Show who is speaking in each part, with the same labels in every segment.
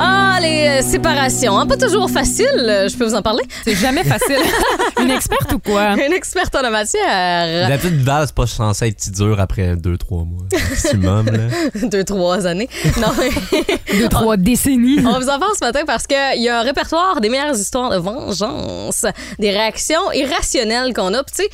Speaker 1: Ah, les euh, séparations, hein, pas toujours facile, euh, je peux vous en parler.
Speaker 2: C'est jamais facile. Une experte ou quoi?
Speaker 1: Une experte en la matière,
Speaker 3: La petite balle, c'est pas censé être si dur après 2-3 mois. Maximum, là.
Speaker 1: deux, trois années. Non, mais-
Speaker 2: Deux,
Speaker 1: Ah.
Speaker 2: trois décennies.
Speaker 1: On vous en parle ce matin parce qu'il y a un répertoire des meilleures histoires de vengeance, des réactions irrationnelles qu'on a. Puis, tu sais,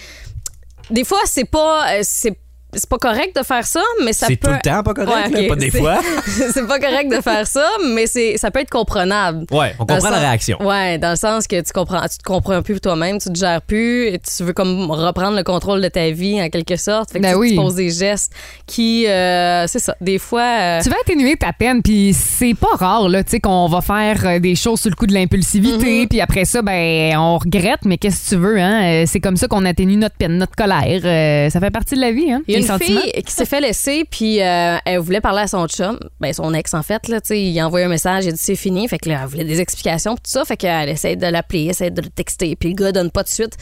Speaker 1: des fois, c'est pas. euh, C'est c'est pas correct de faire ça, mais ça peut.
Speaker 3: C'est tout le temps pas correct,
Speaker 1: Ouais,
Speaker 3: là,
Speaker 1: ok,
Speaker 3: pas des
Speaker 1: c'est-
Speaker 3: fois.
Speaker 1: c'est pas correct de faire ça, mais c'est ça peut être comprenable.
Speaker 3: Ouais, on
Speaker 1: Dans le
Speaker 3: comprend la
Speaker 1: sens-
Speaker 3: réaction.
Speaker 1: Ouais, dans le sens que tu comprends, tu te comprends plus toi-même, tu te gères plus, et tu veux comme reprendre le contrôle de ta vie en quelque sorte. Fait que
Speaker 2: Ben
Speaker 1: tu-
Speaker 2: oui.
Speaker 1: tu poses des gestes qui, euh, c'est ça, des fois. euh,
Speaker 2: Tu vas atténuer ta peine, puis c'est pas rare là, tu sais, qu'on va faire euh, des choses sur le coup de
Speaker 1: Mm-hmm.
Speaker 2: l'impulsivité, puis après ça, ben, on regrette, mais qu'est-ce que tu veux, hein? Euh, C'est comme ça qu'on atténue notre peine, notre colère. Euh, ça fait partie de la vie, hein?
Speaker 1: Il y a
Speaker 2: les
Speaker 1: une
Speaker 2: sentiments.
Speaker 1: fille qui s'est fait laisser, puis euh, elle voulait parler à son chum, ben son ex en fait, là, tu sais, il a envoyé un message, il a dit c'est fini, fait que là, elle voulait des explications, puis tout ça, fait qu'elle essaie de l'appeler, elle essaie de le texter, puis le gars donne pas de suite.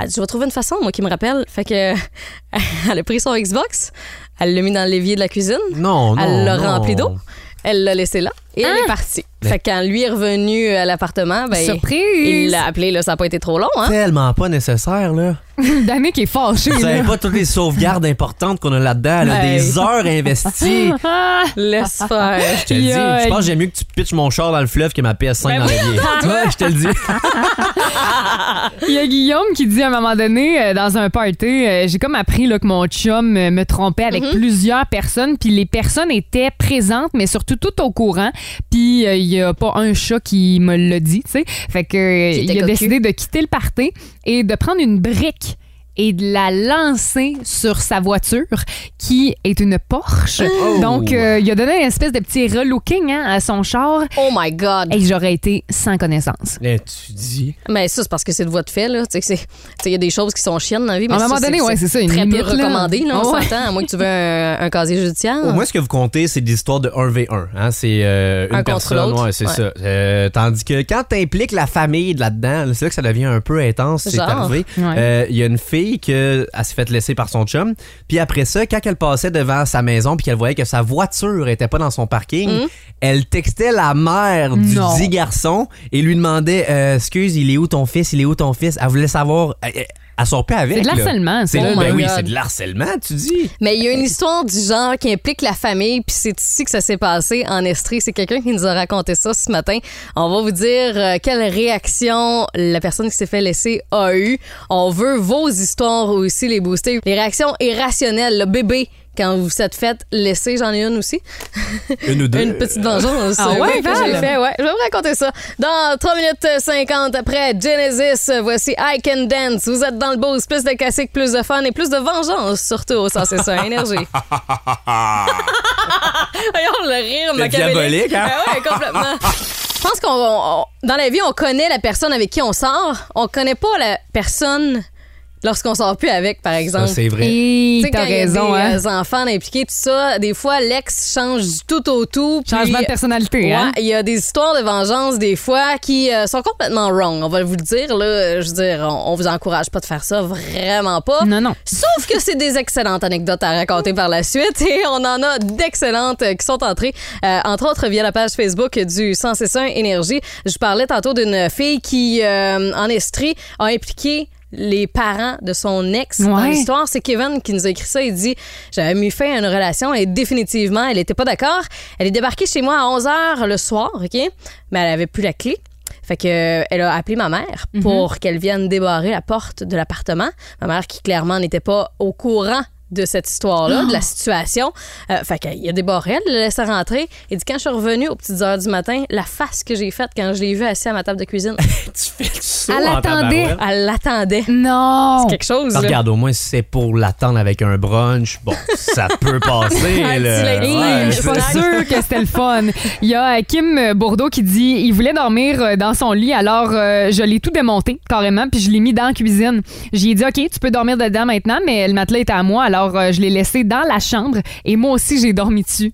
Speaker 1: Elle dit je vais trouver une façon, moi, qui me rappelle. Fait que elle a pris son Xbox, elle l'a mis dans l'évier de la cuisine,
Speaker 3: Non,
Speaker 2: Oh
Speaker 3: non.
Speaker 1: elle l'a
Speaker 3: non.
Speaker 1: rempli d'eau, elle l'a laissé là, et elle est partie.
Speaker 3: Mais-
Speaker 1: Fait que quand lui est revenu à l'appartement, ben, il
Speaker 2: Surprise!
Speaker 1: l'a appelé, là, ça n'a pas été trop long, hein.
Speaker 3: Tellement pas nécessaire, là.
Speaker 2: Danick est fâché.
Speaker 3: Vous savez
Speaker 2: là.
Speaker 3: pas toutes les sauvegardes importantes qu'on a là-dedans, là.
Speaker 1: Ouais.
Speaker 3: Des heures investies.
Speaker 2: Ah!
Speaker 1: Laisse faire.
Speaker 3: Je te le dis,
Speaker 2: Yeah.
Speaker 3: je pense que j'aime mieux que tu pitches mon char dans le fleuve que ma PS5
Speaker 1: Ben
Speaker 3: dans l'évier. Ouais, je te le dis.
Speaker 2: Il y a Guillaume qui dit à un moment donné, euh, dans un party, euh, j'ai comme appris là, que mon chum euh, me trompait avec
Speaker 1: Mhm.
Speaker 2: plusieurs personnes, puis les personnes étaient présentes, mais surtout tout au courant. Puis euh, il y a pas un chat qui me l'a dit, tu sais. Fait que euh,
Speaker 1: Qui était
Speaker 2: il a
Speaker 1: cocu.
Speaker 2: décidé de quitter le party et de prendre une brique et de la lancer sur sa voiture, qui est une Porsche.
Speaker 1: Oh.
Speaker 2: Donc, euh, il a donné une espèce de petit relooking hein, à son char.
Speaker 1: Oh my God.
Speaker 2: Et j'aurais été sans connaissance.
Speaker 3: Eh, tu dis.
Speaker 1: Mais ça, c'est parce que c'est de votre fait, là. Tu sais, c'est- tu sais, il y a des choses qui sont chiennes dans la vie. Mais
Speaker 2: À un
Speaker 1: ça,
Speaker 2: moment donné, ouais, c'est ça, une
Speaker 1: Très peu
Speaker 2: limite, là.
Speaker 1: recommandé, là, on
Speaker 2: Ouais.
Speaker 1: s'entend, à moins que tu veux un, un casier judiciaire.
Speaker 3: Au moins, ce que vous comptez, c'est des histoires de 1v1. Hein? C'est euh, une
Speaker 1: Ah. Un contre
Speaker 3: personne.
Speaker 1: l'autre.
Speaker 3: ouais, c'est
Speaker 1: Ouais.
Speaker 3: ça. Euh, tandis que quand t'impliques la famille de là-dedans, c'est là que ça devient un peu intense. C'est
Speaker 1: Genre.
Speaker 3: arrivé.
Speaker 2: Ouais.
Speaker 3: Euh, Il y a une fille que elle s'est faite laisser par son chum. Puis après ça, quand elle passait devant sa maison puis qu'elle voyait que sa voiture était pas dans son parking,
Speaker 1: Hum.
Speaker 3: elle textait la mère du
Speaker 2: Non.
Speaker 3: dit garçon et lui demandait euh, Excuse, il est où ton fils Il est où ton fils Elle voulait savoir. Elle, elle- elle sort pas avec.
Speaker 2: C'est de
Speaker 3: là.
Speaker 2: l'harcèlement,
Speaker 3: C'est
Speaker 2: ça.
Speaker 3: là,
Speaker 1: Oh
Speaker 3: ben
Speaker 1: my
Speaker 3: oui,
Speaker 1: God.
Speaker 3: c'est de l'harcèlement, tu dis.
Speaker 1: Mais il y a une histoire du genre qui implique la famille, puis c'est ici que ça s'est passé en Estrie. C'est quelqu'un qui nous a raconté ça ce matin. On va vous dire euh, quelle réaction la personne qui s'est fait laisser a eu. On veut vos histoires aussi, les booster. Les réactions irrationnelles, le bébé. Quand vous vous êtes fait laisser, j'en ai une aussi.
Speaker 3: Une ou deux.
Speaker 1: Une petite vengeance.
Speaker 2: Ah ouais,
Speaker 1: Oui, que j'ai
Speaker 2: Val?
Speaker 1: fait, ouais. Je vais vous raconter ça. Dans 3 minutes 50 après Genesis, voici I Can Dance. Vous êtes dans le boost. Plus de classiques, plus de fun et plus de vengeance, surtout au sens c'est ça, énergie. Voyons le rire machiavélique.
Speaker 3: diabolique, hein?
Speaker 1: Ah ouais, complètement. Je pense qu'on on- on- dans la vie, on connaît la personne avec qui on sort. On connaît pas la personne lorsqu'on sort plus avec, par
Speaker 3: Ça,
Speaker 1: exemple.
Speaker 3: c'est vrai.
Speaker 2: Et
Speaker 1: Tu sais,
Speaker 2: t'as
Speaker 1: quand il y a
Speaker 2: raison,
Speaker 1: des,
Speaker 2: hein?
Speaker 1: euh, enfants impliqués, tout ça, des fois, l'ex change du tout au tout. puis-
Speaker 2: Changement de personnalité,
Speaker 1: Ouais,
Speaker 2: hein?
Speaker 1: il y a des histoires de vengeance, des fois, qui euh, sont complètement wrong. On va vous le dire, là. Je veux dire, on, on vous encourage pas de faire ça, vraiment pas.
Speaker 2: Non, non.
Speaker 1: Sauf que c'est des excellentes anecdotes à raconter par la suite et on en a d'excellentes euh, qui sont entrées, euh, entre autres via la page Facebook du 161 Énergie. Je parlais tantôt d'une fille qui, euh, en Estrie, a impliqué les parents de son ex dans
Speaker 2: Ouais.
Speaker 1: l'histoire. C'est Kevin qui nous a écrit ça. Il dit J'avais mis fin à une relation et définitivement, elle n'était pas d'accord. Elle est débarquée chez moi à 11 h le soir, OK? Mais elle avait plus la clé. Fait que euh, elle a appelé ma mère pour qu'elle vienne débarrer la porte de l'appartement. Ma mère qui clairement n'était pas au courant de cette histoire-là, de la situation. Euh, fait qu'il a débarré, elle le laissé rentrer. Et dit, quand je suis revenue aux petites heures du matin, la face que j'ai faite quand je l'ai vue assise à ma table de cuisine,
Speaker 3: tu fais le saut
Speaker 2: Elle
Speaker 3: en
Speaker 2: attendait.
Speaker 3: tabarouette.
Speaker 1: elle l'attendait.
Speaker 2: Non!
Speaker 1: C'est quelque chose, là.
Speaker 3: Regarde, au moins, si c'est pour l'attendre avec un brunch, bon, ça peut passer.
Speaker 1: Un
Speaker 3: là.
Speaker 1: petit lundi,
Speaker 3: Ouais,
Speaker 2: Je suis pas sûre que c'était le fun. Il y a euh, Kim Bourdeau qui dit il voulait dormir euh, dans son lit, alors euh, je l'ai tout démonté carrément, puis je l'ai mis dans la cuisine. J'ai dit OK, tu peux dormir dedans maintenant, mais le matelas est à moi, alors euh, je l'ai laissé dans la chambre et moi aussi j'ai dormi dessus.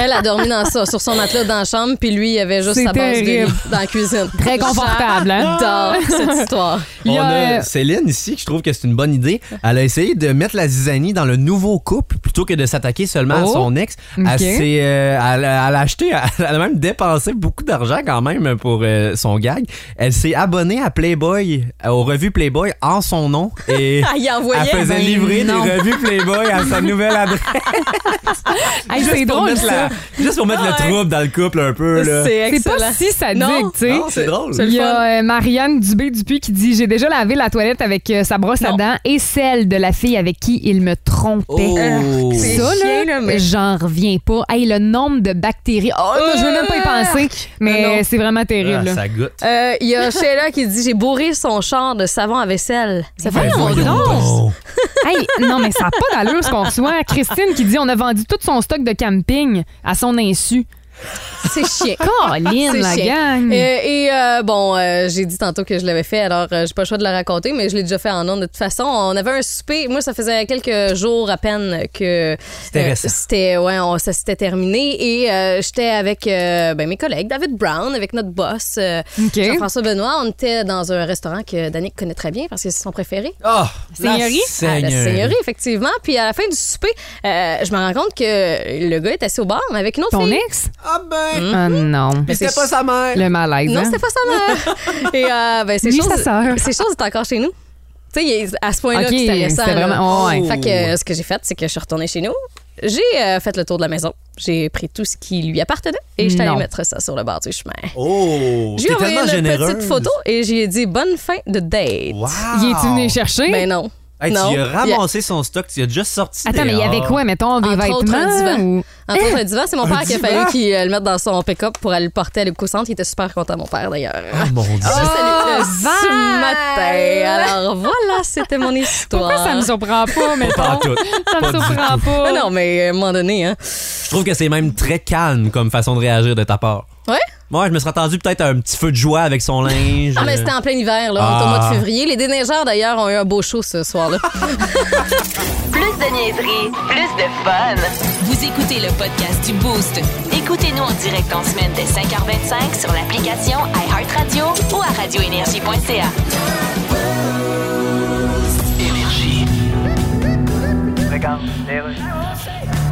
Speaker 1: Elle a dormi dans ça, sur son matelas dans la chambre, puis lui, il avait juste
Speaker 2: C'est
Speaker 1: sa base de
Speaker 2: terrible.
Speaker 1: lit dans la cuisine.
Speaker 2: Très confortable, hein?
Speaker 1: J'adore cette histoire.
Speaker 2: Il y
Speaker 3: On
Speaker 2: a,
Speaker 3: a
Speaker 2: euh,
Speaker 3: Céline ici, que je trouve que c'est une bonne idée. Elle a essayé de mettre la zizanie dans le nouveau couple plutôt que de s'attaquer seulement
Speaker 2: Oh.
Speaker 3: à son ex.
Speaker 2: Ok.
Speaker 3: Elle, s'est, euh, elle, elle a acheté, elle a même dépensé beaucoup d'argent quand même pour euh, son gag. Elle s'est abonnée à Playboy, euh, aux revues Playboy en son nom et
Speaker 1: Ah, il
Speaker 3: elle
Speaker 1: envoyait.
Speaker 3: faisait
Speaker 1: ben,
Speaker 3: livrer
Speaker 1: non.
Speaker 3: des revues Playboy à sa nouvelle adresse.
Speaker 2: hey, c'est
Speaker 3: pour
Speaker 2: drôle
Speaker 3: mettre
Speaker 2: ça.
Speaker 3: la- juste pour mettre le trouble dans le couple un peu. Là.
Speaker 1: C'est
Speaker 2: C'est
Speaker 1: excellent.
Speaker 2: pas si sadique,
Speaker 1: Non.
Speaker 2: tu sais.
Speaker 3: Non, c'est drôle.
Speaker 1: C'est le
Speaker 2: Il y
Speaker 1: fun.
Speaker 2: a euh, Marianne Dubé-Dupuis qui dit J'ai déjà lavé la toilette avec euh, sa brosse à
Speaker 1: Non.
Speaker 2: dents et celle de la fille avec qui il me trompait. Euh,
Speaker 3: Oh.
Speaker 1: C'est
Speaker 2: Ça,
Speaker 1: chiant, là,
Speaker 2: là,
Speaker 1: mais-
Speaker 2: j'en reviens pas. Hey, le nombre de bactéries. Oh, non, je veux même pas y penser.
Speaker 1: Non, non.
Speaker 2: Mais c'est vraiment terrible.
Speaker 3: Ah,
Speaker 2: là.
Speaker 3: ça goûte.
Speaker 1: Euh, Il y a Sheila qui dit J'ai bourré son char de savon à vaisselle. Ça fait
Speaker 3: Ben, voyons donc.
Speaker 2: Hey, non, mais ça n'a pas d'allure ce qu'on reçoit. Christine qui dit on a vendu tout son stock de camping à son insu.
Speaker 1: C'est chiant.
Speaker 2: Colline,
Speaker 1: C'est
Speaker 2: la
Speaker 1: chiant.
Speaker 2: gang.
Speaker 1: Euh, et euh, bon, euh, j'ai dit tantôt que je l'avais fait, alors euh, j'ai pas le choix de la raconter, mais je l'ai déjà fait en ondes. De toute façon, on avait un souper. Moi, ça faisait quelques jours à peine que euh,
Speaker 3: C'était récent.
Speaker 1: c'était ouais, on- ça s'était terminé et euh, j'étais avec euh, ben, mes collègues, David Brown, avec notre boss euh,
Speaker 2: OK.
Speaker 1: Jean-François Benoît. On était dans un restaurant que Danick connaît très bien parce que c'est son préféré.
Speaker 3: Ah,
Speaker 2: Seigneurie?
Speaker 1: À la seigneurie, effectivement. Puis à la fin du souper, euh, je me rends compte que le gars est assis au bar, mais avec une autre
Speaker 2: Ton
Speaker 1: fille.
Speaker 2: ex?
Speaker 3: Ah ben,
Speaker 2: Ah non.
Speaker 3: mais c'était pas sa mère.
Speaker 2: Le malaise.
Speaker 1: Non,
Speaker 2: hein?
Speaker 1: c'était Mm-hmm. pas sa mère. Et euh, ben, ces
Speaker 2: Ni
Speaker 1: choses,
Speaker 2: sa sœur.
Speaker 1: ces choses étaient encore chez nous. Tu sais, il est- à ce point-là,
Speaker 2: Ok,
Speaker 1: que c'était récent.
Speaker 2: c'était
Speaker 1: là.
Speaker 2: vraiment- ouais.
Speaker 1: Fait que euh, ce que j'ai fait, c'est que je suis retournée chez nous. J'ai euh, fait le tour de la maison. J'ai pris tout ce qui lui appartenait et je suis allée
Speaker 2: Non.
Speaker 1: mettre ça sur le bord du chemin.
Speaker 3: Oh,
Speaker 1: J'ai
Speaker 3: t'es
Speaker 1: envoyé
Speaker 3: tellement
Speaker 1: une
Speaker 3: généreuse.
Speaker 1: petite photo et j'ai dit bonne fin de date.
Speaker 3: Wow.
Speaker 2: Il est venu chercher?
Speaker 1: Ben non.
Speaker 3: Hey,
Speaker 1: non.
Speaker 3: Tu as
Speaker 1: Il y a-
Speaker 3: ramassé son stock, tu as juste sorti.
Speaker 2: Attends, mais il y avait
Speaker 3: dehors.
Speaker 2: quoi? Mettons, des
Speaker 1: Entre
Speaker 2: vêtements?
Speaker 1: autres, un divan.
Speaker 2: ou-
Speaker 1: Entre autres, un divan, c'est mon père qui a
Speaker 3: divan?
Speaker 1: fallu qu'il euh, le mette dans son pick-up pour aller le porter à l'éco-centre. Il était super content, mon père, d'ailleurs.
Speaker 3: Oh mon dieu.
Speaker 1: Je le salue le
Speaker 2: vache!
Speaker 1: ce euh, matin. Alors voilà, c'était mon histoire.
Speaker 2: Pourquoi ça me surprend pas, mais
Speaker 3: Pas en tout.
Speaker 2: Ça me
Speaker 3: Pas du
Speaker 2: surprend pas.
Speaker 1: Ah non, mais à un moment donné, hein.
Speaker 3: Je trouve que c'est même très calme comme façon de réagir de ta part.
Speaker 1: Ouais?
Speaker 3: Moi, je me serais attendu peut-être à un petit feu de joie avec son linge.
Speaker 1: Ah, mais c'était en plein hiver, là. On est au
Speaker 3: Euh, Ah.
Speaker 1: mois de février. Les déneigeurs, d'ailleurs, ont eu un beau show ce soir-là.
Speaker 4: Plus de niaiserie, plus de fun. Vous écoutez le podcast du Boost. Écoutez-nous en direct en semaine dès 5h25 sur l'application iHeartRadio ou à radioénergie.ca.
Speaker 5: Bien,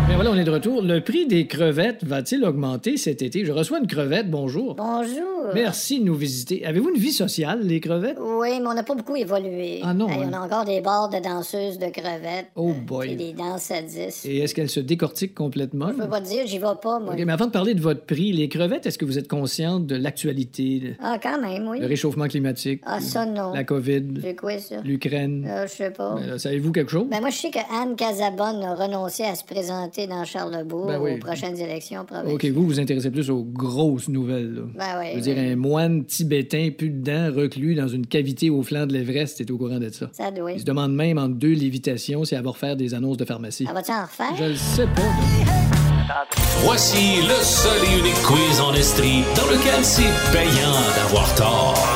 Speaker 5: Ben voilà, on est de retour. Le prix des crevettes va-t-il augmenter cet été? Je reçois une crevette, bonjour.
Speaker 6: Bonjour.
Speaker 5: Merci de nous visiter. Avez-vous une vie sociale, les crevettes?
Speaker 6: Oui, mais on n'a pas beaucoup évolué.
Speaker 5: Ah non,
Speaker 6: Hey,
Speaker 5: hein.
Speaker 6: on a encore des bars de danseuses de crevettes.
Speaker 5: Oh
Speaker 6: euh,
Speaker 5: boy.
Speaker 6: Et des danses à 10.
Speaker 5: Et est-ce qu'elles se décortiquent complètement?
Speaker 6: Je peux pas te dire, j'y vais pas, moi.
Speaker 5: Ok, mais avant de parler de votre prix, les crevettes, est-ce que vous êtes consciente de l'actualité, le,
Speaker 6: Ah, quand même, oui.
Speaker 5: le réchauffement climatique,
Speaker 6: Ah, ça, non.
Speaker 5: la COVID,
Speaker 6: C'est quoi, ça?
Speaker 5: l'Ukraine?
Speaker 6: Euh, je sais pas.
Speaker 5: Ben, là, Savez-vous quelque chose?
Speaker 6: Ben, moi, je sais que Anne Casabonne a renoncé à se présenter dans Charlebourg
Speaker 5: Ben oui.
Speaker 6: aux prochaines élections provinciales.
Speaker 5: OK, vous vous intéressez plus aux grosses nouvelles. là.
Speaker 6: Ben oui,
Speaker 5: Je veux dire,
Speaker 6: oui.
Speaker 5: un moine tibétain, plus de dents, reclus dans une cavité au flanc de l'Everest, t'es au courant de ça?
Speaker 6: Ça doit.
Speaker 5: Il se demande même entre deux lévitations si elle va refaire des annonces de pharmacie.
Speaker 6: Elle va-tu en refaire?
Speaker 5: Je le sais pas. là.
Speaker 7: Voici le seul et unique quiz en estrie dans lequel c'est payant d'avoir tort.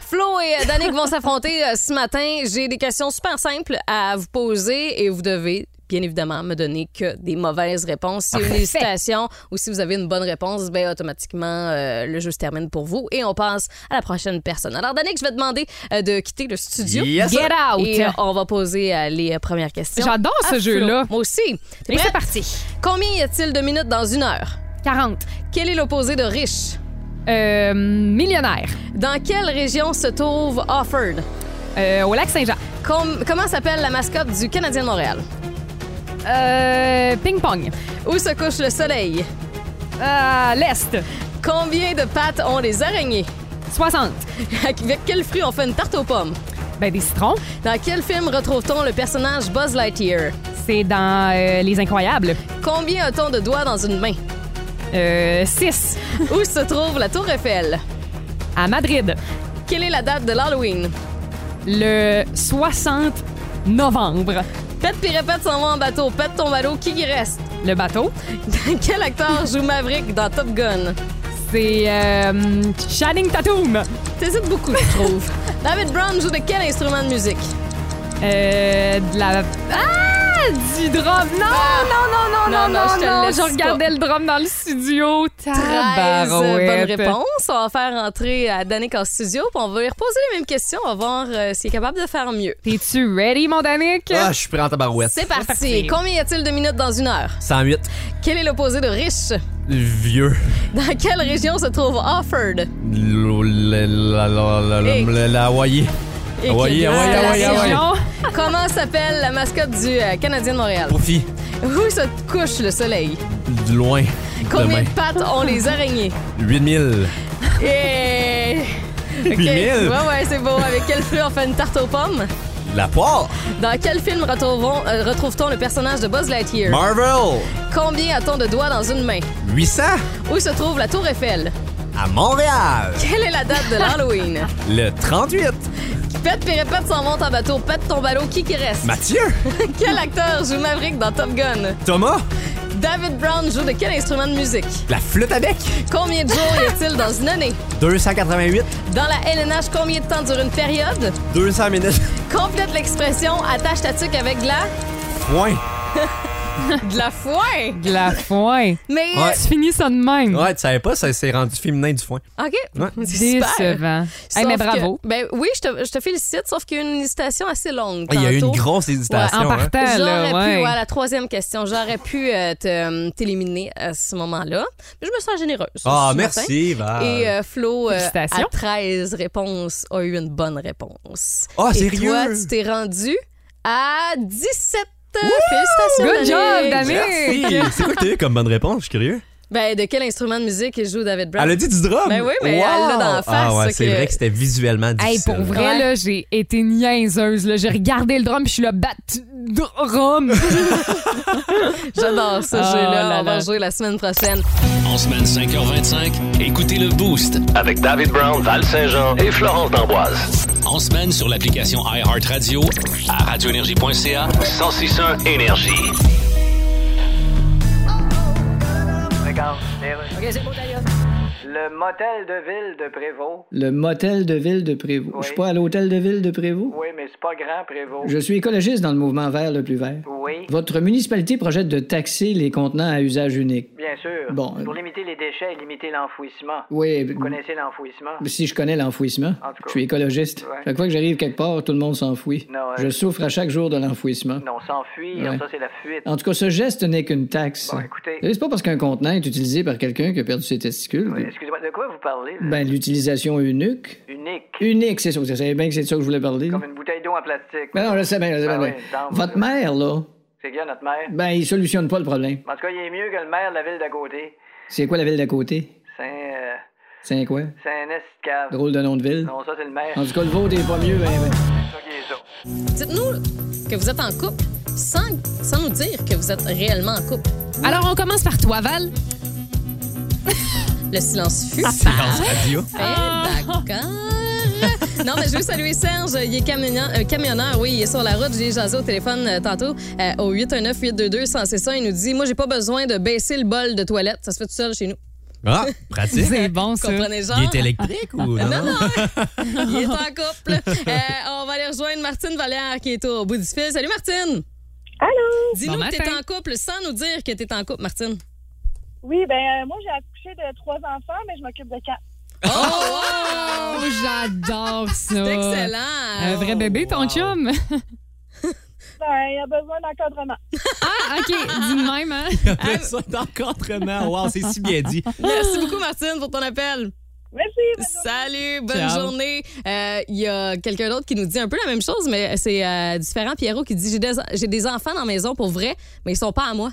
Speaker 1: Flo et euh, Danick vont s'affronter euh, ce matin. J'ai des questions super simples à vous poser et vous devez bien évidemment me donner que des mauvaises réponses. Si une hésitation ou si vous avez une bonne réponse, ben automatiquement euh, le jeu se termine pour vous et on passe à la prochaine personne. Alors Danick, je vais demander euh, de quitter le studio.
Speaker 3: Yes,
Speaker 2: Get out.
Speaker 1: Et euh, on va poser euh, les euh, premières questions.
Speaker 2: J'adore
Speaker 1: à Flo.
Speaker 2: ce jeu-là.
Speaker 1: Moi aussi. T'es
Speaker 2: Mais
Speaker 1: prêt?
Speaker 2: c'est parti.
Speaker 1: Combien y a-t-il de minutes dans une heure?
Speaker 2: 40.
Speaker 1: Quel est l'opposé de riche?
Speaker 2: Euh, millionnaire.
Speaker 1: Dans quelle région se trouve Offord?
Speaker 2: Euh, au lac Saint-Jean.
Speaker 1: Com- comment s'appelle la mascotte du Canadien de Montréal?
Speaker 2: Euh, ping-pong.
Speaker 1: Où se couche le soleil?
Speaker 2: À l'est.
Speaker 1: Combien de pattes ont les araignées?
Speaker 2: 60.
Speaker 1: Avec quel fruit on fait une tarte aux pommes?
Speaker 2: Ben, des citrons.
Speaker 1: Dans quel film retrouve-t-on le personnage Buzz Lightyear?
Speaker 2: C'est dans euh, Les Incroyables.
Speaker 1: Combien a-t-on de doigts dans une main?
Speaker 2: Euh, 6.
Speaker 1: Où se trouve la Tour Eiffel?
Speaker 2: À Madrid.
Speaker 1: Quelle est la date de l'Halloween?
Speaker 2: Le 60 novembre.
Speaker 1: Pète puis répète s'en va en bateau. Pète ton ballot, qui y reste?
Speaker 2: Le bateau.
Speaker 1: Quel acteur joue Maverick dans Top Gun?
Speaker 2: C'est euh, Channing Tatum.
Speaker 1: T'hésites beaucoup, je trouve. David Brown joue de quel instrument de musique?
Speaker 2: Euh, de la... Ah! Du drum. Non, non, non, non,
Speaker 1: Ah! Non,
Speaker 2: non, non,
Speaker 1: non, je te
Speaker 2: non,
Speaker 1: laisse
Speaker 2: Je regardais
Speaker 1: pas.
Speaker 2: le drum dans le studio.
Speaker 1: 13 bonnes
Speaker 2: Tabarouette.
Speaker 1: réponses. On va faire entrer à Danick en studio, puis on va lui reposer les mêmes questions. On va voir euh, s'il est capable de faire mieux.
Speaker 2: T'es-tu ready, mon Danick?
Speaker 3: Ah, je suis prêt en tabarouette.
Speaker 1: C'est parti.
Speaker 2: parti.
Speaker 1: Combien y a-t-il de minutes dans une heure?
Speaker 3: 108.
Speaker 1: Quel est l'opposé de riche?
Speaker 3: Vieux.
Speaker 1: Dans quelle région se trouve Offord?
Speaker 3: Lo- la- la- la- la-
Speaker 1: Et-
Speaker 3: la- la Hawaii.
Speaker 1: Et
Speaker 3: Hawaii,
Speaker 1: quelle-
Speaker 3: Hawaii,
Speaker 1: Ah, la
Speaker 3: Hawaii,
Speaker 1: région.
Speaker 3: Hawaii.
Speaker 2: Région?
Speaker 1: Comment s'appelle la mascotte du euh, Canadien de Montréal?
Speaker 3: Profit.
Speaker 1: Où se couche le soleil?
Speaker 3: De Loin.
Speaker 1: Combien
Speaker 3: Demain.
Speaker 1: de pattes ont les araignées?
Speaker 3: 8000.
Speaker 1: Et... OK.
Speaker 3: 8000.
Speaker 1: Ouais, ouais, c'est beau. Avec quel fruit on fait une tarte aux pommes?
Speaker 3: La poire.
Speaker 1: Dans quel film retrouvons- euh, retrouve-t-on le personnage de Buzz Lightyear?
Speaker 3: Marvel.
Speaker 1: Combien a-t-on de doigts dans une main?
Speaker 3: 800.
Speaker 1: Où se trouve la Tour Eiffel?
Speaker 3: À Montréal.
Speaker 1: Quelle est la date de l'Halloween?
Speaker 3: Le 38.
Speaker 1: Pète puis répète s'en monte en bateau. Pète ton ballot, qui qui reste?
Speaker 3: Mathieu.
Speaker 1: Quel acteur joue Maverick dans Top Gun?
Speaker 3: Thomas.
Speaker 1: David Brown joue de quel instrument de musique?
Speaker 3: La flûte à bec.
Speaker 1: Combien de jours y a-t-il dans une année?
Speaker 3: 288.
Speaker 1: Dans la LNH, combien de temps dure une période?
Speaker 3: 200 minutes.
Speaker 1: Complète l'expression attache ta tuque avec de la...
Speaker 3: Point.
Speaker 1: de la foin!
Speaker 2: De la foin.
Speaker 1: Mais...
Speaker 3: Ouais.
Speaker 2: Tu finis ça de même.
Speaker 3: Ouais, tu savais pas, ça s'est rendu féminin du foin.
Speaker 1: euh, OK.
Speaker 3: Ouais.
Speaker 1: C'est super.
Speaker 2: Décevant. Hey, mais
Speaker 1: Sauf
Speaker 2: bravo.
Speaker 1: que- ben oui, je te, je te félicite, sauf qu'il y a eu une hésitation assez longue.
Speaker 3: Il y a eu une
Speaker 1: tantôt.
Speaker 3: grosse hésitation.
Speaker 2: En
Speaker 3: hein.
Speaker 2: partant, là,
Speaker 1: J'aurais pu,
Speaker 2: ouais.
Speaker 1: ouais, la troisième question, j'aurais pu euh, te, euh, t'éliminer à ce moment-là. Mais je me sens généreuse.
Speaker 3: Ah,
Speaker 1: ce matin.
Speaker 3: merci, Ah. Val.
Speaker 1: Et euh, Flo, euh, à
Speaker 2: Félicitations.
Speaker 1: 13 réponses, a eu une bonne réponse.
Speaker 3: Ah,
Speaker 1: Et
Speaker 3: sérieux?
Speaker 1: toi, tu t'es rendu à 17. Félicitations,
Speaker 2: Good job,
Speaker 1: Danick.
Speaker 2: Danick.
Speaker 3: Merci. C'est quoi que t'as eu comme bonne réponse? Je suis curieux.
Speaker 1: Ben, de quel instrument de musique il joue David Brown?
Speaker 3: Elle a dit du drum.
Speaker 1: Ben oui, mais
Speaker 3: Wow!
Speaker 1: elle l'a dans la face,
Speaker 3: Ah ouais,
Speaker 1: ça
Speaker 3: c'est
Speaker 1: que-
Speaker 3: vrai que c'était visuellement
Speaker 2: Hey,
Speaker 3: difficile.
Speaker 2: pour vrai,
Speaker 1: Ouais.
Speaker 2: là, j'ai été niaiseuse. là. J'ai regardé le drum, puis je suis là, bat drum.
Speaker 1: J'adore ce
Speaker 2: Ah,
Speaker 1: jeu-là.
Speaker 2: là,
Speaker 1: On va
Speaker 2: là.
Speaker 1: jouer la semaine prochaine.
Speaker 7: En semaine 5h25, écoutez le Boost.
Speaker 8: Avec David Brown, Val Saint-Jean et Florence D'Amboise.
Speaker 7: En semaine sur l'application iHeartRadio à radioénergie.ca
Speaker 8: 1061 Énergie.
Speaker 9: Le motel de ville de Prévost.
Speaker 5: Le motel de ville de Prévost. Je suis pas à l'hôtel de ville de Prévost?
Speaker 9: Oui, mais c'est pas grand, Prévost.
Speaker 5: Je suis écologiste dans le mouvement vert le plus vert.
Speaker 9: Oui,
Speaker 5: Votre municipalité projette de taxer les contenants à usage unique.
Speaker 9: bien sûr.
Speaker 5: Bon, euh,
Speaker 9: Pour limiter les déchets et limiter l'enfouissement.
Speaker 5: Oui,
Speaker 9: Vous connaissez l'enfouissement?
Speaker 5: si je connais l'enfouissement,
Speaker 9: En tout cas.
Speaker 5: je suis écologiste.
Speaker 9: Ouais.
Speaker 5: Chaque fois que j'arrive quelque part, tout le monde s'enfouit.
Speaker 9: Non, euh,
Speaker 5: Je souffre à chaque jour de l'enfouissement.
Speaker 9: Non, s'enfuir,
Speaker 5: Ouais.
Speaker 9: ça c'est la fuite.
Speaker 5: En tout cas, ce geste n'est qu'une taxe.
Speaker 9: Bon, écoutez.
Speaker 5: C'est pas parce qu'un contenant est utilisé par quelqu'un qui a perdu ses testicules.
Speaker 9: Ouais, Excusez-moi, de quoi vous parlez? là?
Speaker 5: Ben, l'utilisation unique.
Speaker 9: Unique.
Speaker 5: Unique, c'est ça. Vous savez bien que c'est de ça que je voulais parler. là.
Speaker 9: Comme une bouteille d'eau en plastique.
Speaker 5: Ben non, je sais bien, je sais bien.
Speaker 9: Ben
Speaker 5: ben.
Speaker 9: oui, dame,
Speaker 5: Votre
Speaker 9: ça.
Speaker 5: mère, là,
Speaker 9: C'est bien notre maire.
Speaker 5: ben, il solutionne pas le problème.
Speaker 9: En tout cas, il est mieux que le maire de la ville d'à côté.
Speaker 5: C'est quoi la ville d'à côté?
Speaker 9: C'est un... euh,
Speaker 5: C'est quoi?
Speaker 9: c'est un escave.
Speaker 5: Drôle de nom de ville.
Speaker 9: Ah. Non, ça c'est le maire.
Speaker 5: En tout cas, le vôtre est pas mieux, ben, ben.
Speaker 9: C'est ça qui est ça.
Speaker 1: Dites-nous que vous êtes en couple sans, sans nous dire que vous êtes réellement en couple.
Speaker 2: Alors, on commence par toi, Val.
Speaker 1: Le silence fut.
Speaker 3: Ah, Silence radio.
Speaker 1: Eh, D'accord. Non, mais je veux saluer Serge. Il est camionneur, euh, camionneur, oui, il est sur la route. J'ai jasé au téléphone euh, tantôt euh, au 819-822-161. Il nous dit Moi, j'ai pas besoin de baisser le bol de toilette. Ça se fait tout seul chez nous.
Speaker 3: Ah, pratique.
Speaker 2: C'est bon,
Speaker 1: Vous
Speaker 2: ça.
Speaker 1: comprenez, genre
Speaker 3: Il est électrique ou non?
Speaker 1: Ah, Non, non, il est en couple. Euh, on va aller rejoindre Martine Valère qui est au bout du fil. Salut, Martine. Allô. Dis-nous
Speaker 2: Bon
Speaker 1: que t'es
Speaker 2: matin.
Speaker 1: en couple sans nous dire que t'es en couple, Martine.
Speaker 10: Oui, ben euh, moi j'ai accouché de trois enfants, mais je m'occupe de quatre.
Speaker 2: Oh, j'adore
Speaker 3: Ah!
Speaker 2: ça.
Speaker 1: C'est excellent.
Speaker 2: Un vrai bébé, ton chum.
Speaker 10: Ben, il y a besoin d'encadrement.
Speaker 2: Ah, OK. Dis de même, hein.
Speaker 3: Après ça, d'encadrement. Wow, c'est si bien dit.
Speaker 1: Merci beaucoup, Martine, pour ton appel.
Speaker 10: Merci. bonne journée.
Speaker 1: Salut, bonne
Speaker 2: Ciao.
Speaker 1: journée. Euh, Il y a quelqu'un d'autre qui nous dit un peu la même chose, mais c'est euh, différent. Pierrot qui dit J'ai des, j'ai des enfants dans la maison pour vrai, mais ils sont pas à moi.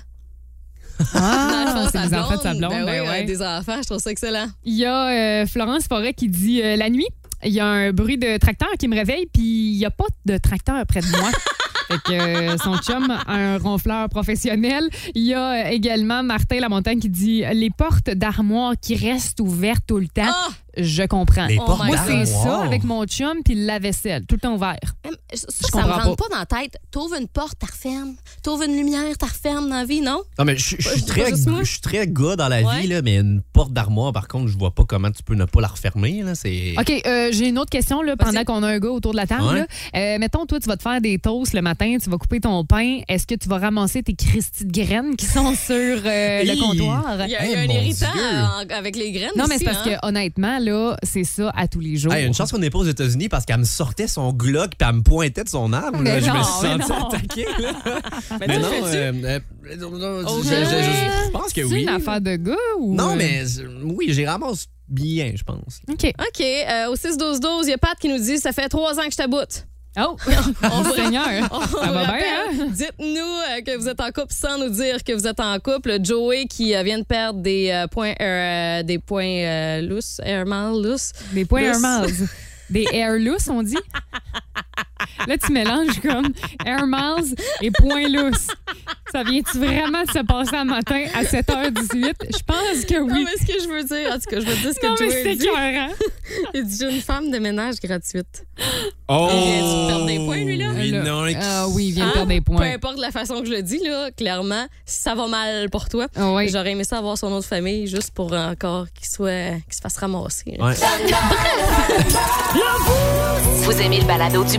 Speaker 1: Ah, Dans le fond,
Speaker 2: Ah, c'est les enfants de sa blonde.
Speaker 1: Ben, oui,
Speaker 2: ben
Speaker 1: euh,
Speaker 2: ouais.
Speaker 1: des enfants, je trouve ça excellent.
Speaker 2: Il y a euh, Florence Forêt qui dit euh, la nuit. il y a un bruit de tracteur qui me réveille, puis il n'y a pas de tracteur près de moi. Fait que euh, son chum a un ronfleur professionnel. Il y a euh, également Martin Lamontagne qui dit les portes d'armoire qui restent ouvertes tout le temps. Je comprends.
Speaker 1: Les portes
Speaker 2: Moi, c'est
Speaker 1: d'armoire.
Speaker 2: ça avec mon chum puis la vaisselle, tout le temps ouvert.
Speaker 1: Hum, Ça,
Speaker 2: Je
Speaker 1: ça me
Speaker 2: comprends
Speaker 1: rentre pas. dans la tête. T'ouvres une porte, t'as refermes. T'ouvres une lumière, t'as refermes dans la vie, non?
Speaker 3: Non, mais je je suis
Speaker 1: Pas
Speaker 3: très,
Speaker 1: juste moi.
Speaker 3: je suis très gars dans la
Speaker 1: Ouais.
Speaker 3: vie, là, mais une porte d'armoire, par contre, je vois pas comment tu peux ne pas la refermer. Là, c'est...
Speaker 2: OK, euh, j'ai une autre question là, pendant qu'on a un gars autour de la table.
Speaker 3: Ouais.
Speaker 2: là. Euh, mettons, toi, tu vas te faire des toasts le matin, tu vas couper ton pain. Est-ce que tu vas ramasser tes cristis de graines qui sont sur euh, le
Speaker 1: Hi.
Speaker 2: comptoir?
Speaker 1: Il y a, il y a un irritant en- avec les graines.
Speaker 2: Non, mais c'est
Speaker 1: aussi,
Speaker 2: parce
Speaker 1: hein?
Speaker 2: que honnêtement, là, c'est ça à tous les jours.
Speaker 3: Hey, une chance qu'on n'est pas aux États-Unis parce qu'elle me sortait son Glock puis elle me pointait de son arme. là.
Speaker 2: Mais
Speaker 3: je
Speaker 2: non,
Speaker 3: me
Speaker 2: mais
Speaker 3: suis senti
Speaker 2: non.
Speaker 3: attaqué.
Speaker 2: Mais
Speaker 3: Mais
Speaker 2: tu
Speaker 3: non,
Speaker 2: le fais-tu?
Speaker 3: euh, euh, euh,
Speaker 2: Oh,
Speaker 3: je- je-
Speaker 2: ouais.
Speaker 3: je- je pense que
Speaker 2: C'est
Speaker 3: oui.
Speaker 2: une affaire de gars ou.
Speaker 3: Non,
Speaker 2: euh,
Speaker 3: mais euh, oui, j'y ramasse bien, je pense.
Speaker 2: OK.
Speaker 1: OK. euh, au 6-12-12, il y a Pat qui nous dit Ça fait trois ans que je t'aboute.
Speaker 2: Oh,
Speaker 1: on vous-
Speaker 2: Seigneur,
Speaker 1: on
Speaker 2: ça
Speaker 1: vous
Speaker 2: va bien,
Speaker 1: rappelle,
Speaker 2: hein?
Speaker 1: Bah ben, Dites-nous euh, que vous êtes en couple sans nous dire que vous êtes en couple. Joey qui euh, vient de perdre des euh, points, euh, des points euh, lousses, air miles lousses.
Speaker 2: Des points
Speaker 1: Lousses.
Speaker 2: air miles. Des air loose, on dit. Là, tu mélanges comme air miles et points loose. Ça vient-tu vraiment de se passer un matin à 7h18? Je pense que
Speaker 1: Non,
Speaker 2: oui.
Speaker 1: mais ce que je veux dire, en tout cas, je veux dire ce que
Speaker 2: Non, mais
Speaker 1: Joey
Speaker 2: c'est
Speaker 1: dit.
Speaker 2: écœurant.
Speaker 1: Il dit J'ai une femme de ménage gratuite. Oh.
Speaker 3: Oh!
Speaker 1: Il vient de perdre des points, lui, là.
Speaker 3: Il y en a un qui-
Speaker 2: Ah oui, il vient de
Speaker 1: Hein?
Speaker 2: perdre des
Speaker 1: Peu
Speaker 2: points.
Speaker 1: importe la façon que je le dis, là, clairement, ça va mal pour toi.
Speaker 2: Ah oui.
Speaker 1: J'aurais aimé ça avoir son nom de famille juste pour encore qu'il soit qu'il se fasse ramasser. hein. là.
Speaker 3: Ouais.
Speaker 4: Vous aimez le balado du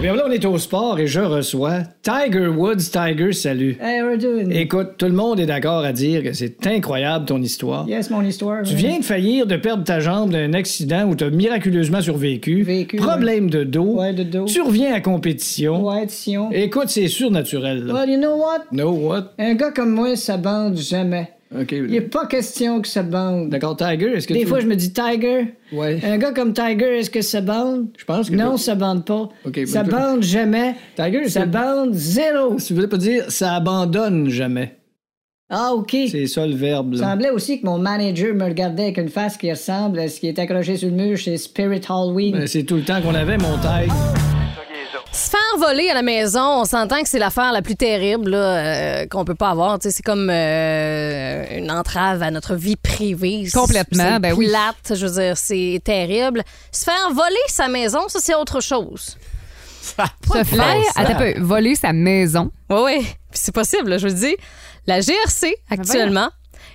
Speaker 5: Bien là, on est au sport et je reçois Tiger Woods. Tiger, salut.
Speaker 11: Hey, we're doing.
Speaker 5: Écoute, tout le monde est d'accord à dire que c'est incroyable ton histoire.
Speaker 11: Yes, mon histoire.
Speaker 5: Tu viens de faillir de perdre ta jambe d'un accident où tu as miraculeusement survécu. Problème de dos. Tu reviens à compétition. Écoute, c'est surnaturel. là.
Speaker 11: Well, you know what?
Speaker 5: No what?
Speaker 11: Un gars comme moi, ça bande jamais.
Speaker 5: OK.
Speaker 11: Il n'est pas question que ça bande.
Speaker 5: D'accord, Tiger, est-ce que
Speaker 11: Des
Speaker 5: tu-
Speaker 11: fois, je me dis Tiger.
Speaker 5: Ouais.
Speaker 11: Un gars comme Tiger, est-ce que ça bande? Je
Speaker 5: pense que-
Speaker 11: Non, ça bande pas.
Speaker 5: OK,
Speaker 11: ça
Speaker 5: ben-
Speaker 11: bande jamais.
Speaker 5: Tiger,
Speaker 11: ça
Speaker 5: c'est-
Speaker 11: bande zéro.
Speaker 5: Tu voulais pas dire ça abandonne jamais.
Speaker 11: Ah, OK.
Speaker 5: C'est ça le verbe.
Speaker 11: Il
Speaker 5: Là.
Speaker 11: semblait aussi que mon manager me regardait avec une face qui ressemble à ce qui est accroché sur le mur chez Spirit Halloween.
Speaker 5: Ben, C'est tout le temps qu'on avait, mon Tiger.
Speaker 1: Se faire voler à la maison, on s'entend que c'est l'affaire la plus terrible là, euh, qu'on peut pas avoir. Tu sais, C'est comme euh, une entrave à notre vie privée. C'est-
Speaker 2: Complètement,
Speaker 1: c'est
Speaker 2: ben oui.
Speaker 1: plate, je veux dire, c'est terrible. Se faire voler sa maison, ça, c'est autre chose.
Speaker 2: Se faire, attends un peu, voler sa maison.
Speaker 1: Oui, oui. Puis c'est possible, là, je veux dire. La GRC, actuellement,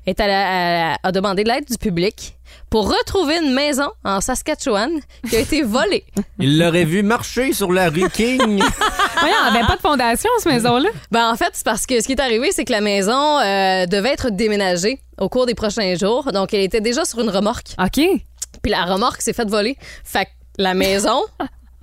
Speaker 1: est à la- à- a demandé de l'aide du public pour retrouver une maison en Saskatchewan qui a été volée.
Speaker 3: Il l'aurait vu marcher sur la rue King.
Speaker 2: Voyons, on n'avait pas de fondation, cette maison-là.
Speaker 1: Ben, en fait, c'est parce que ce qui est arrivé, c'est que la maison euh, devait être déménagée au cours des prochains jours. Donc, elle était déjà sur une remorque.
Speaker 2: OK.
Speaker 1: Puis la remorque s'est faite voler. Fait que la maison,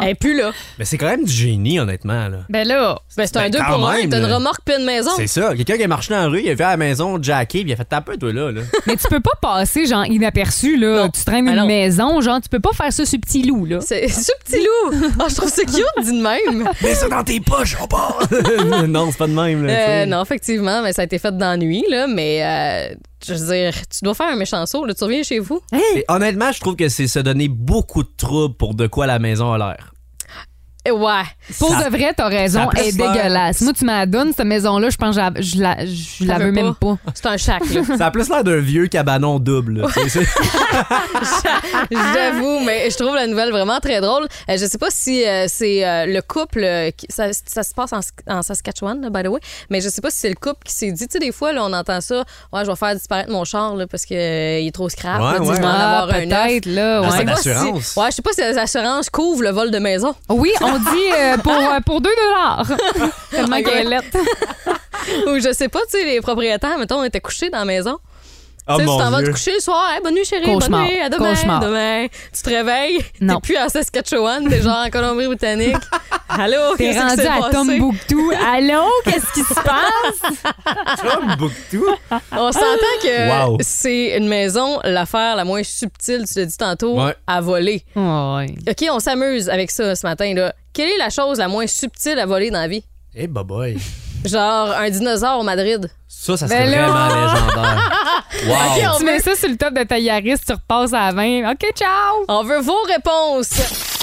Speaker 1: elle est plus là.
Speaker 3: mais c'est quand même du génie, honnêtement. Là.
Speaker 2: Ben là,
Speaker 1: Ben, c'est un
Speaker 3: Ben,
Speaker 1: deux
Speaker 3: quand
Speaker 1: pour un.
Speaker 3: même,
Speaker 1: T'as une
Speaker 3: là.
Speaker 1: remorque puis une maison.
Speaker 3: C'est ça. Quelqu'un qui est marché dans la rue, il est vu à la maison, Jackie, puis il a fait taper, toi, là. là.
Speaker 2: mais tu peux pas passer, genre, inaperçu, là. Tu traînes
Speaker 1: Ah,
Speaker 2: une
Speaker 1: non.
Speaker 2: maison, genre, tu peux pas faire ça sur petit loup, là.
Speaker 1: C'est ce petit loup. Ah, je trouve ça cute, dit de même.
Speaker 3: Mets ça dans tes poches, on part! non, Ben, c'est pas de même, là. tu
Speaker 1: Euh,
Speaker 3: sais.
Speaker 1: non, effectivement, mais ça a été fait dans la nuit, là. Mais euh, je veux dire, tu dois faire un méchant saut. Là. Tu reviens chez vous.
Speaker 3: Et honnêtement, je trouve que c'est se donner beaucoup de troubles pour de quoi la maison a l'air.
Speaker 1: Et ouais.
Speaker 2: Pour
Speaker 3: Ça-
Speaker 2: de vrai, t'as raison,
Speaker 3: peut
Speaker 2: elle est
Speaker 3: se faire.
Speaker 2: dégueulasse. Moi, tu m'as donné cette maison-là, je pense que je la- je la, je la
Speaker 1: Ça
Speaker 2: veux même pas.
Speaker 1: C'est un chac, là.
Speaker 3: Ça a plus l'air d'un vieux cabanon double. là. C'est- c'est-
Speaker 2: Ah!
Speaker 1: J'avoue, mais je trouve la nouvelle vraiment très drôle. Euh, je sais pas si euh, c'est euh, le couple, euh, qui- ça, ça se passe en, en Saskatchewan, là, by the way, mais je sais pas si c'est le couple qui s'est dit, tu sais, des fois, là, on entend ça, ouais, je vais faire disparaître mon char là, parce qu'il est trop scrap,
Speaker 3: Ouais,
Speaker 1: là, tu sais,
Speaker 3: ouais.
Speaker 1: je vais en
Speaker 2: Ah,
Speaker 1: avoir un neuf.
Speaker 2: peut-être, là,
Speaker 3: Ah,
Speaker 2: ouais.
Speaker 3: c'est
Speaker 1: Je sais pas
Speaker 3: d'assurance.
Speaker 1: si- ouais, je sais pas si les assurances couvrent le vol de maison.
Speaker 2: Oui, on dit euh, pour, euh, pour 2 Tellement qu'elle est laite.
Speaker 1: Ou je sais pas, tu sais, les propriétaires, mettons, étaient couchés dans la maison.
Speaker 3: Oh
Speaker 1: tu sais, tu
Speaker 3: mon
Speaker 1: t'en vas te
Speaker 3: Dieu.
Speaker 1: coucher le soir, Hey, bonne nuit chérie,
Speaker 2: Cauchemar.
Speaker 1: bonne nuit, à demain,
Speaker 2: Cauchemar.
Speaker 1: demain. Tu te réveilles, t'es plus en Saskatchewan, t'es genre en Colombie-Britannique. Allô,
Speaker 2: T'es
Speaker 1: qu'est-ce qui
Speaker 2: rendu
Speaker 1: s'est
Speaker 2: à
Speaker 1: passé?
Speaker 2: Tombouctou. Allô, qu'est-ce qui se passe?
Speaker 1: On s'entend que
Speaker 2: Wow.
Speaker 1: c'est une maison, l'affaire la moins subtile, tu l'as dit tantôt,
Speaker 2: Ouais.
Speaker 1: à voler. OK, on s'amuse avec ça ce matin. là. Quelle est la chose la moins subtile à voler dans la vie?
Speaker 3: Eh, bah boy.
Speaker 1: Genre un dinosaure au Madrid.
Speaker 3: Ça, ça
Speaker 1: Ben
Speaker 3: serait
Speaker 1: là.
Speaker 3: vraiment légendaire. Wow.
Speaker 2: Ok, tu mets ça sur le top de ta Yaris, tu repasses à la 20. OK, ciao!
Speaker 1: On veut vos réponses.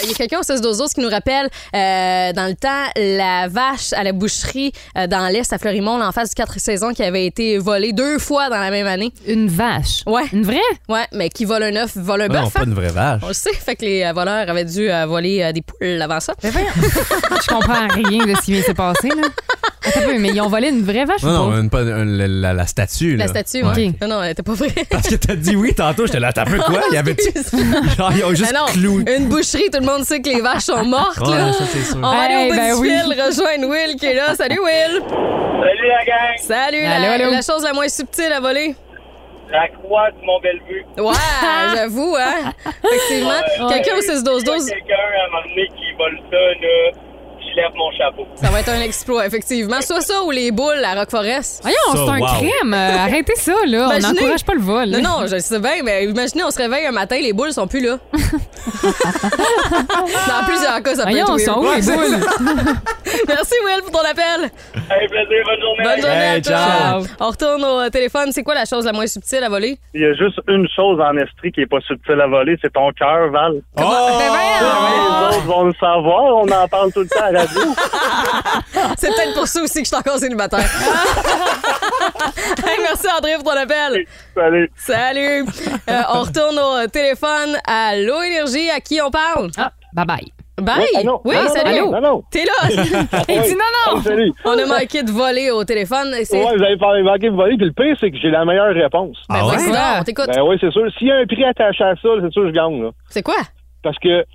Speaker 1: Il y a quelqu'un au 16 12 qui nous rappelle euh, dans le temps la vache à la boucherie euh, dans l'Est à Fleurimont, là, en face du 4 saisons, qui avait été volée deux fois dans la même année.
Speaker 2: Une vache?
Speaker 1: Ouais.
Speaker 2: Une vraie?
Speaker 1: Ouais, mais qui vole un œuf, vole un
Speaker 3: Non,
Speaker 1: bœuf.
Speaker 3: pas
Speaker 1: hein.
Speaker 3: une vraie vache.
Speaker 1: On le sait, fait que les euh, voleurs avaient dû euh, voler euh, des poules avant ça.
Speaker 2: Je comprends rien de ce qui vient de se passer, là. Attends un peu, mais ils ont volé une vraie vache ou
Speaker 3: Non,
Speaker 2: pas?
Speaker 3: non, une- pas une- la, la- la statue.
Speaker 1: La
Speaker 3: là.
Speaker 1: statue,
Speaker 3: Ouais.
Speaker 1: ouais. Non, non, elle était pas vraie.
Speaker 3: Parce que t'as dit oui tantôt, j'étais là, t'as peu quoi? Il y avait Genre, ils ont juste
Speaker 1: Ben non,
Speaker 3: cloué.
Speaker 1: Une boucherie, tout le monde sait que les vaches sont mortes.
Speaker 3: Ouais,
Speaker 1: là.
Speaker 3: ça, c'est sûr.
Speaker 1: On va aller
Speaker 2: Hey,
Speaker 1: au bout
Speaker 2: ben
Speaker 1: du
Speaker 2: oui.
Speaker 1: fil rejoindre Will qui est là. Salut Will!
Speaker 12: Salut la gang!
Speaker 1: Salut! la-
Speaker 12: Allô, allô.
Speaker 1: La chose la moins subtile à voler.
Speaker 12: La croix du Mont-Bellevue.
Speaker 1: Ouais, j'avoue, hein? Effectivement.
Speaker 12: Ouais.
Speaker 1: Quelqu'un au
Speaker 12: Il
Speaker 1: 6-12-12,
Speaker 12: y a Quelqu'un à un moment donné qui vole ça, là, je lève mon chapeau.
Speaker 1: ça va être un exploit, effectivement. Soit ça ou les boules à Rock Forest.
Speaker 2: Voyons,
Speaker 12: Ça,
Speaker 2: c'est un
Speaker 12: wow.
Speaker 2: crime. Euh, arrêtez ça, là. On
Speaker 1: Imaginez-
Speaker 2: n'encourage pas le vol.
Speaker 1: Non, non, je sais bien, mais imaginez, on se réveille un matin, les boules sont plus là. Dans plusieurs cas, ça peut
Speaker 2: Voyons,
Speaker 1: être
Speaker 2: sont
Speaker 1: weird.
Speaker 2: où les boules?
Speaker 1: Merci, Will, pour ton appel.
Speaker 12: Hey, plaisir, bonne journée.
Speaker 1: Bonne journée à
Speaker 12: Hey,
Speaker 1: toi.
Speaker 12: ciao.
Speaker 1: On retourne au euh, téléphone. C'est quoi la chose la moins subtile à voler?
Speaker 12: Il y a juste une chose en Estrie qui n'est pas subtile à voler, c'est ton cœur, Val.
Speaker 1: Oh! Ben voyons!
Speaker 12: les autres vont le savoir, on en parle tout le temps à la radio.
Speaker 1: C'est peut-être pour ça aussi que je suis encore célibataire. Hey, merci André pour ton appel.
Speaker 12: Salut.
Speaker 1: Salut. Euh, on retourne au téléphone à l'eau énergie. À qui on parle?
Speaker 2: bye bye.
Speaker 1: Bye.
Speaker 2: Oui, ah non,
Speaker 1: oui,
Speaker 2: ah non,
Speaker 1: salut.
Speaker 2: non, non, non.
Speaker 1: T'es là.
Speaker 2: Il dit non, non. Salut.
Speaker 1: On a manqué de voler au téléphone. Et c'est-
Speaker 13: Ouais, vous avez parlé manqué de voler, puis le pire, c'est que j'ai la meilleure réponse.
Speaker 1: Ben, Ah ouais? vas-y donc, on t'écoute.
Speaker 13: Ben oui, c'est sûr. S'il y a un prix attaché à ça, c'est sûr que je gagne, là.
Speaker 1: C'est quoi?
Speaker 13: Parce que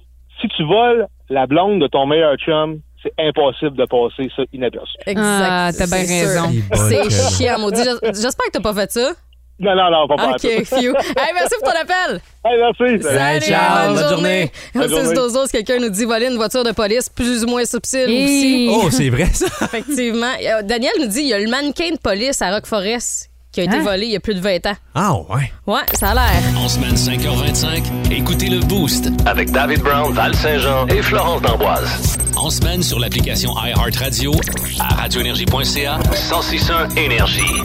Speaker 13: si tu voles la blonde de ton meilleur chum, c'est impossible de passer ça inaperçu.
Speaker 1: Exact.
Speaker 2: Ah, t'as bien
Speaker 1: C'est sûr.
Speaker 2: raison.
Speaker 1: C'est chiant, maudit. J'es- J'espère que t'as pas fait ça.
Speaker 13: Non, non, non, pas mal.
Speaker 1: OK, few. Hey, merci pour ton appel.
Speaker 13: Hey, merci.
Speaker 1: Salut, bonne, journée.
Speaker 13: Bonne
Speaker 1: Au 6
Speaker 13: journée.
Speaker 1: 12 quelqu'un nous dit voler une voiture de police, plus ou moins subtile
Speaker 2: Hey.
Speaker 1: aussi.
Speaker 2: Oh, c'est
Speaker 3: vrai, ça.
Speaker 1: Effectivement. Euh, Daniel nous dit il y a le mannequin de police à Rock Forest qui a été
Speaker 7: Hein?
Speaker 1: volé il y a plus de 20 ans.
Speaker 3: Ah ouais.
Speaker 1: Ouais, ça a l'air.
Speaker 7: En semaine 5h25, écoutez le Boost.
Speaker 8: Avec David Brown, Val Saint-Jean et Florence D'Amboise.
Speaker 7: En semaine sur l'application iHeartRadio à radioénergie.ca.
Speaker 8: 1061 Énergie.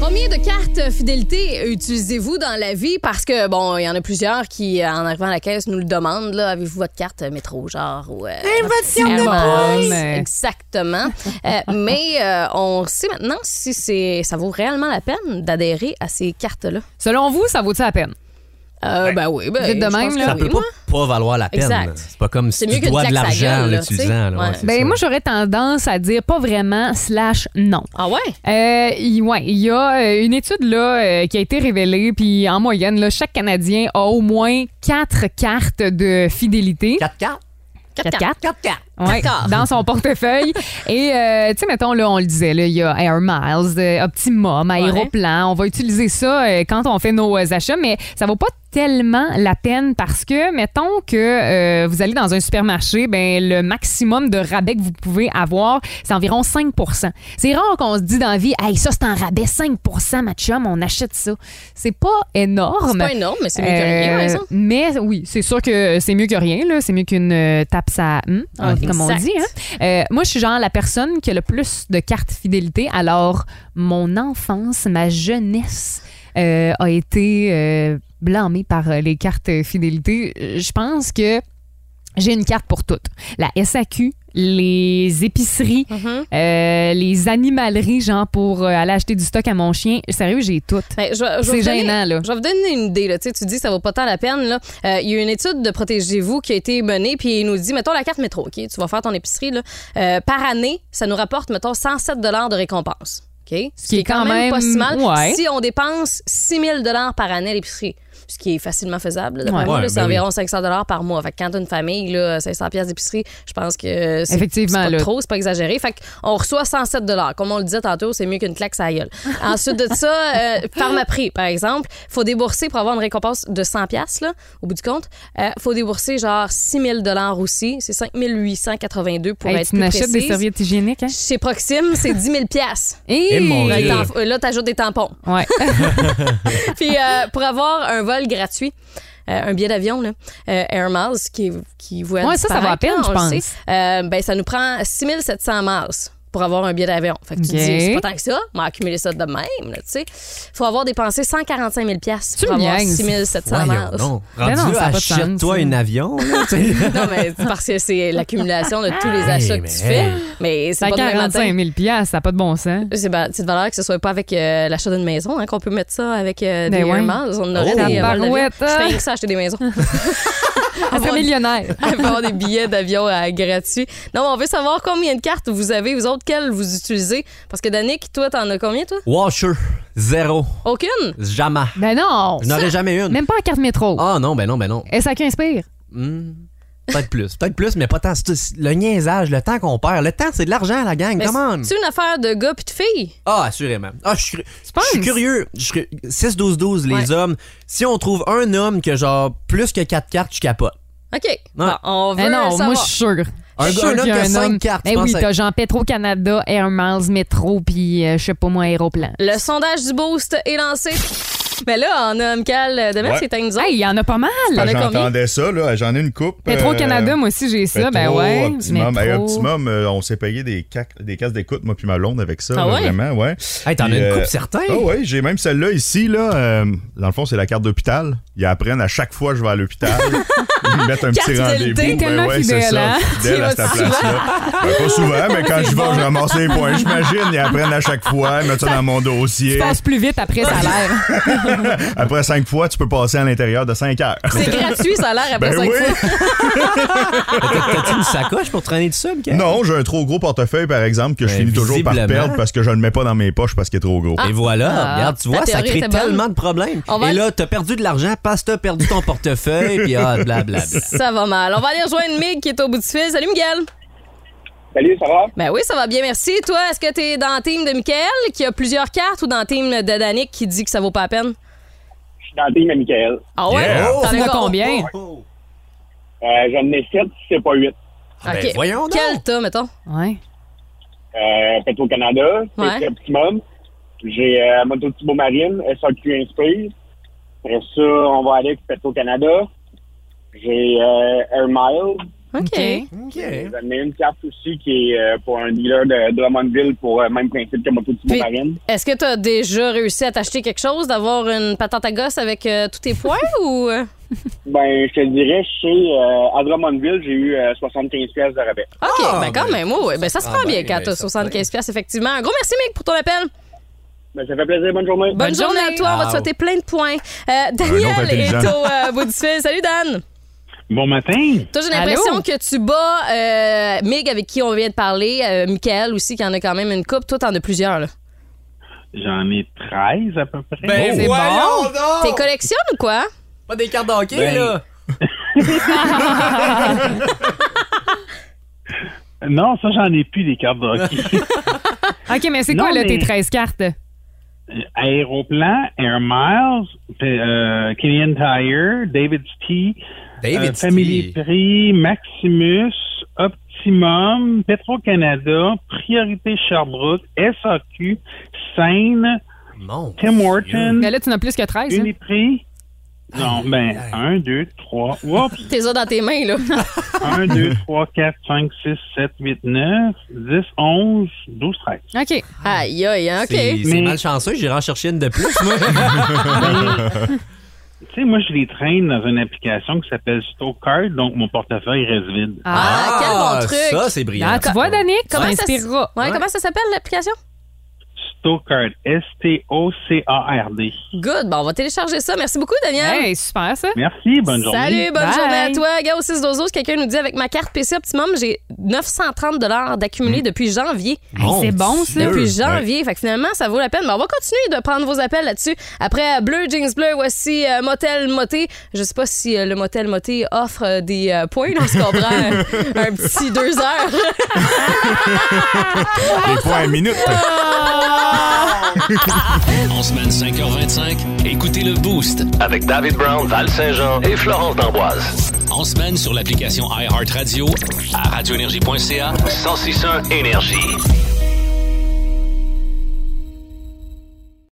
Speaker 1: Combien de cartes fidélité utilisez-vous dans la vie? Parce que, bon, il y en a plusieurs qui, euh, en arrivant à la caisse, nous le demandent. là. Avez-vous votre carte métro, genre? Ou, euh,
Speaker 2: votre carte de
Speaker 1: Airlines?
Speaker 2: bus!
Speaker 1: Exactement. Euh, mais euh, on sait maintenant si c'est ça vaut réellement la peine d'adhérer à ces cartes-là.
Speaker 2: Selon vous, ça vaut-tu la peine?
Speaker 1: Euh, ben oui, ben,
Speaker 2: Vite de
Speaker 1: je
Speaker 2: même,
Speaker 1: pense
Speaker 2: là.
Speaker 1: que
Speaker 3: Ça
Speaker 1: oui,
Speaker 3: peut pas,
Speaker 1: moi.
Speaker 3: pas valoir la peine.
Speaker 1: Exact.
Speaker 3: là. C'est pas comme
Speaker 1: C'est
Speaker 3: si
Speaker 1: mieux
Speaker 3: tu
Speaker 1: qu'une
Speaker 3: dois de
Speaker 1: claque sa
Speaker 3: l'argent en
Speaker 1: gueule, là, tu sais.
Speaker 3: l'utilisant. là. Ouais,
Speaker 1: Ouais.
Speaker 3: c'est
Speaker 2: Ben,
Speaker 3: ça.
Speaker 2: moi, j'aurais tendance à dire pas vraiment slash non.
Speaker 1: Ah ouais?
Speaker 2: il ouais, il y a euh, une étude là, euh, qui a été révélée, puis en moyenne, là, chaque Canadien a au moins quatre cartes de fidélité. Quatre
Speaker 3: cartes?
Speaker 1: Quatre cartes.
Speaker 2: Quatre cartes. Ouais, dans son portefeuille. Et, euh, tu sais, mettons, là, on le disait, là, il y a Air Miles, euh, Optimum, Aéroplan. On va utiliser ça euh, quand on fait nos euh, achats, mais ça vaut pas tellement la peine parce que, mettons que euh, vous allez dans un supermarché, ben, le maximum de rabais que vous pouvez avoir, c'est environ 5 C'est rare qu'on se dit dans la vie, hey, ça, c'est en rabais 5 ma chum, on achète ça. C'est pas énorme.
Speaker 1: C'est pas énorme, mais c'est
Speaker 2: Euh,
Speaker 1: mieux que rien, par exemple.
Speaker 2: Mais oui, c'est sûr que c'est mieux que rien, là. C'est mieux qu'une euh, tape sa. hmm,
Speaker 1: Ah,
Speaker 2: hein, comme on
Speaker 1: exact.
Speaker 2: dit, hein. Euh, moi, je suis genre la personne qui a le plus de cartes fidélité. Alors, mon enfance, ma jeunesse euh, a été euh, blâmée par euh, les cartes fidélité. Euh, Je pense que j'ai une carte pour toutes. La SAQ, les épiceries,
Speaker 1: Mm-hmm.
Speaker 2: euh, les animaleries, genre pour euh, aller acheter du stock à mon chien. Sérieux, j'ai toutes.
Speaker 1: Ben, je vais- je vais
Speaker 2: C'est
Speaker 1: vous donner-
Speaker 2: gênant, là.
Speaker 1: Je vais vous donner une idée. Là. Tu, sais, tu dis que ça vaut pas tant la peine. là. Euh, Il y a une étude de Protégez-vous qui a été menée, puis il nous dit, mettons la carte métro, OK? Tu vas faire ton épicerie. Là. Euh, par année, ça nous rapporte, mettons, 107 de récompense. OK? Ce
Speaker 2: qui est quand même-
Speaker 1: pas si mal
Speaker 2: ouais.
Speaker 1: si on dépense 6 000 par année à l'épicerie. ce qui est facilement faisable. là, d'après
Speaker 2: Ouais.
Speaker 1: moi, là,
Speaker 2: Ouais,
Speaker 1: c'est
Speaker 2: ben oui.
Speaker 1: environ 500 dollars par mois. Fait que quand t'as une famille, là, 500 pièces d'épicerie, je pense que euh, c'est c'est
Speaker 2: Effectivement,
Speaker 1: pas
Speaker 2: là.
Speaker 1: trop, c'est pas exagéré. Fait qu'on reçoit 107 dollars. Comme on le disait tantôt, c'est mieux qu'une claque à la gueule. Ensuite de ça, euh, Pharmaprix, par exemple, faut débourser pour avoir une récompense de 100 pièces là, au bout du compte. Euh, faut débourser genre 6000 dollars aussi. C'est 5882 pour
Speaker 2: Hey,
Speaker 1: être
Speaker 2: tu
Speaker 1: plus
Speaker 2: n'achètes des
Speaker 1: précise.
Speaker 2: serviettes hygiéniques, hein?
Speaker 1: Chez Proxime, c'est 10 000 pièces.
Speaker 2: Eh, mon
Speaker 1: ben,
Speaker 2: Dieu.
Speaker 1: Euh, Là, t'ajoutes des tampons.
Speaker 2: Ouais.
Speaker 1: Puis euh, pour avoir un vol gratuit, euh, un billet d'avion, là, euh, Air Miles, qui, qui voit
Speaker 2: Ouais, ça, ça va à peine,
Speaker 1: disparaître,
Speaker 2: je
Speaker 1: on le
Speaker 2: pense.
Speaker 1: sait. Euh, ben, ça nous prend 6700 miles pour avoir un billet d'avion. Fait que tu te
Speaker 2: Ok.
Speaker 1: dis, c'est pas tant que ça, on va accumuler ça de même, là, tu sais. Faut avoir dépensé 145 000 piastres pour
Speaker 2: me
Speaker 1: avoir
Speaker 2: niaises.
Speaker 1: 6700
Speaker 3: Voyons
Speaker 1: miles.
Speaker 3: donc.
Speaker 2: Ben non,
Speaker 3: Rendu
Speaker 2: ça
Speaker 3: là,
Speaker 2: a pas de sens,
Speaker 3: achète-toi
Speaker 2: ça.
Speaker 3: un avion. là, tu sais.
Speaker 1: Non, mais c'est parce que c'est l'accumulation de tous les achats que tu
Speaker 3: Ah,
Speaker 1: fais.
Speaker 3: mais hey.
Speaker 1: Mais c'est
Speaker 2: Ça
Speaker 1: pas demain matin.
Speaker 2: 45 000 piastres, ça n'a pas de bon sens.
Speaker 1: C'est ba- c'est de valeur que ce soit pas avec euh, l'achat d'une maison, hein, qu'on peut mettre ça avec euh, des
Speaker 2: Ben ouais.
Speaker 1: Air Miles. On aurait des vols
Speaker 2: Oh.
Speaker 1: d'avion.
Speaker 2: Tabarouette,
Speaker 1: Je fais rien
Speaker 2: hein.
Speaker 1: que ça, acheter des maisons. Ah,
Speaker 2: Elle serait millionnaire.
Speaker 1: Elle peut avoir des billets d'avion euh, gratuits. Non, mais on veut savoir combien de cartes vous avez, vous autres, quelles vous utilisez. Parce que, Danick, toi, t'en as combien, toi?
Speaker 3: Washer, zéro.
Speaker 1: Aucune?
Speaker 3: Jamais.
Speaker 2: Ben non!
Speaker 3: Je n'aurais jamais une.
Speaker 2: Même pas en carte métro.
Speaker 3: Ah non, ben non, ben non.
Speaker 2: SAQ inspire.
Speaker 3: Hmm, Peut-être plus. Peut-être plus, mais pas tant. C'est- c'est- Le niaisage, le temps qu'on perd. Le temps, c'est de l'argent, la gang.
Speaker 1: Ben,
Speaker 3: Come on.
Speaker 1: C'est une affaire de gars puis de filles.
Speaker 3: Ah, assurément. Ah, je suis, je suis curieux. Je suis- 6-12-12, les
Speaker 1: Ouais.
Speaker 3: hommes. Si on trouve un homme que genre plus que 4 cartes, je capote.
Speaker 1: OK.
Speaker 3: Ouais.
Speaker 1: Bon, on veut
Speaker 2: Ben non,
Speaker 1: savoir.
Speaker 2: moi, je suis sûre.
Speaker 3: Un
Speaker 2: Je suis
Speaker 3: gars-
Speaker 2: sûre
Speaker 3: un homme
Speaker 2: qu'il y
Speaker 3: qui
Speaker 2: a
Speaker 3: a cinq
Speaker 2: homme.
Speaker 3: cartes, tu
Speaker 2: Ben oui,
Speaker 3: penses à-
Speaker 2: t'as Jean Petro Canada, Air Miles, Métro, puis euh, je sais pas moi, Aéroplan.
Speaker 1: Le sondage du boost est lancé. Mais là, on a Michael de Metz
Speaker 14: Ouais.
Speaker 1: qui est avec nous autres. il
Speaker 2: y en a pas mal.
Speaker 14: Ah,
Speaker 1: euh,
Speaker 14: J'entendais ça, là. J'en ai une coupe. euh,
Speaker 2: Métro Canada, moi aussi, j'ai ça. Ben ouais.
Speaker 14: Optimum,
Speaker 2: Métro.
Speaker 14: Hey, Optimum, euh, on s'est payé des, ca- des cases d'écoute, moi puis ma blonde, avec ça.
Speaker 2: Ah
Speaker 14: là,
Speaker 2: ouais?
Speaker 14: Vraiment, ouais.
Speaker 3: Hey, t'en
Speaker 14: Puis,
Speaker 3: as une
Speaker 14: euh,
Speaker 3: coupe, certain.
Speaker 14: Ah ouais, j'ai même celle-là ici, là. euh, dans le fond, c'est la carte d'hôpital. Ils apprennent à chaque fois que je vais à l'hôpital. Ils me mettent un
Speaker 2: Carte
Speaker 14: petit
Speaker 2: fidélité.
Speaker 14: rendez-vous. Ben
Speaker 2: Tellement
Speaker 14: ouais, c'est
Speaker 2: fidèle,
Speaker 14: ça.
Speaker 2: hein? Tu
Speaker 14: Fidèle
Speaker 2: vas
Speaker 14: à cette
Speaker 2: souvent?
Speaker 14: place-là. Ben, pas souvent, mais quand
Speaker 2: C'est
Speaker 14: je vais,
Speaker 2: bon.
Speaker 14: je ramasse les points. J'imagine, ils apprennent à chaque fois, ils mettent ça dans mon
Speaker 2: Tu
Speaker 14: dossier.
Speaker 2: passes plus vite après, ça a l'air.
Speaker 14: Après cinq fois, tu peux passer à l'intérieur de cinq heures.
Speaker 1: C'est gratuit, ça a l'air après
Speaker 14: Ben
Speaker 1: cinq
Speaker 14: oui.
Speaker 1: fois.
Speaker 3: T'as-tu une sacoche pour traîner du sub, Kat?
Speaker 14: Non, j'ai un trop gros portefeuille, par exemple, que je
Speaker 3: Ben,
Speaker 14: finis toujours par
Speaker 3: visiblement.
Speaker 14: perdre parce que je ne le mets pas dans mes poches parce qu'il est trop gros.
Speaker 1: Ah,
Speaker 3: Et voilà, regarde, tu vois, ça crée tellement de problèmes.
Speaker 1: On va-
Speaker 3: Et là, t'as perdu de l'argent parce que t'as perdu ton portefeuille, puis ah, blablabla.
Speaker 1: Ça va mal. On va aller rejoindre Mig qui est au bout du fil. Salut, Miguel.
Speaker 15: Salut, ça va?
Speaker 1: Ben oui, ça va bien, merci. Toi, est-ce que t'es dans le team de Michael qui a plusieurs cartes ou dans le team de Danick qui dit que ça vaut pas la peine?
Speaker 15: Je suis dans le team à Michael.
Speaker 1: Ah ouais? Yeah. T'en
Speaker 15: Tu
Speaker 1: as combien?
Speaker 15: Euh, J'en ai 7, si c'est pas 8.
Speaker 1: Ok.
Speaker 3: Ben,
Speaker 1: Quel t'as, mettons?
Speaker 2: Ouais.
Speaker 15: Euh, Petro-Canada,
Speaker 1: Ouais.
Speaker 15: c'est Optimum. J'ai euh, Moto Thibaut Marine, SAQ Inspire. Après ça, on va aller avec Petro-Canada. J'ai euh, Air Miles.
Speaker 1: OK.
Speaker 16: Ben,
Speaker 15: J'en ai une carte aussi qui est euh, pour un dealer de Drummondville pour le même principe que Moto Thibaut
Speaker 1: Puis,
Speaker 15: Marine.
Speaker 1: Est-ce que t'as déjà réussi à t'acheter quelque chose, d'avoir une patente à gosse avec euh, tous tes points ou. euh?
Speaker 15: Ben, je te dirais, chez euh, à Drummondville, j'ai eu euh, 75 pièces de rabais.
Speaker 1: OK, ben quand même, ouais, ouais. Ben ça se
Speaker 15: Ah,
Speaker 1: prend
Speaker 15: ben,
Speaker 1: bien quand
Speaker 15: ben,
Speaker 1: t'as
Speaker 15: certain.
Speaker 1: 75$, piastres, effectivement. Un gros merci, Mick, pour ton appel.
Speaker 15: Ben, ça fait plaisir. Bonne journée.
Speaker 1: Bonne, journée. à toi, on va te souhaiter plein de points. Euh,
Speaker 15: Un
Speaker 1: Daniel
Speaker 15: autre
Speaker 1: est
Speaker 15: intelligent.
Speaker 1: au euh, bout du fil. Salut, Dan.
Speaker 16: Bon matin.
Speaker 1: Toi, j'ai l'impression que tu bats euh, Mig avec qui on vient de parler, euh, Michael aussi, qui en a quand même une coupe. Toi, t'en as plusieurs, là.
Speaker 16: J'en ai 13 à peu près.
Speaker 3: Ben, c'est bon.
Speaker 1: T'es collectionnes ou quoi?
Speaker 3: Pas des cartes d'hockey,
Speaker 16: Ben.
Speaker 3: là.
Speaker 16: Non, ça, j'en ai plus des cartes de hockey.
Speaker 2: OK, mais c'est
Speaker 16: Non,
Speaker 2: quoi, là,
Speaker 16: mais-
Speaker 2: tes 13 cartes?
Speaker 16: Aéroplan, Air Miles, euh, Canadian Tire, David's Tea,
Speaker 3: David's
Speaker 16: Family Prix, Maximus, Optimum, Petro-Canada, Priorité Sherbrooke, SAQ, Seine, Tim Horton,
Speaker 2: Mais là, tu n'as plus que 13. hein?
Speaker 16: Uniprix. Non, ben, 1, 2, 3, oups,
Speaker 1: T'es ça dans tes mains, là.
Speaker 16: 1, 2, 3, 4, 5, 6, 7, 8, 9, 10, 11, 12, 13.
Speaker 2: hein?
Speaker 1: OK. Aïe, aïe, hein, OK.
Speaker 3: C'est c'est malchanceux, j'irai en chercher une de plus, moi.
Speaker 16: Tu sais, moi, je les traîne dans une application qui s'appelle Stokecard, donc mon portefeuille reste vide.
Speaker 1: Ah, quel bon truc.
Speaker 3: ça, c'est brillant.
Speaker 2: Ah, tu vois, Danick, ça
Speaker 1: Comment ça, s-
Speaker 2: inspirera.
Speaker 1: Ouais, comment ça s'appelle, l'application?
Speaker 16: Stockard. S-T-O-C-A-R-D.
Speaker 1: Good. Bon, on va télécharger ça. Merci beaucoup, Daniel.
Speaker 2: Hey, super ça.
Speaker 16: Merci, bonne journée.
Speaker 1: Salut, bonne
Speaker 2: Bye.
Speaker 1: journée à toi. Gars, au 6 12 quelqu'un nous dit avec ma carte PC Optimum, j'ai 930 d'accumulé depuis janvier.
Speaker 2: Mon Hey, c'est Mm. bon, ça. Dieu.
Speaker 1: Depuis janvier. Fait que finalement, ça vaut la peine. Mais on va continuer de prendre vos appels là-dessus. Après euh, Bleu, Jeans Bleu, voici euh, Motel Moté. Je sais pas si euh, le Motel Moté offre euh, des euh, points lorsqu'on prend euh, un petit deux heures.
Speaker 14: Des fois, une minute.
Speaker 7: En semaine 5h25, écoutez le Boost.
Speaker 8: Avec David Brown, Val Saint-Jean et Florence D'Amboise.
Speaker 7: En semaine sur l'application iHeartRadio à radioénergie.ca.
Speaker 8: 1061 Énergie.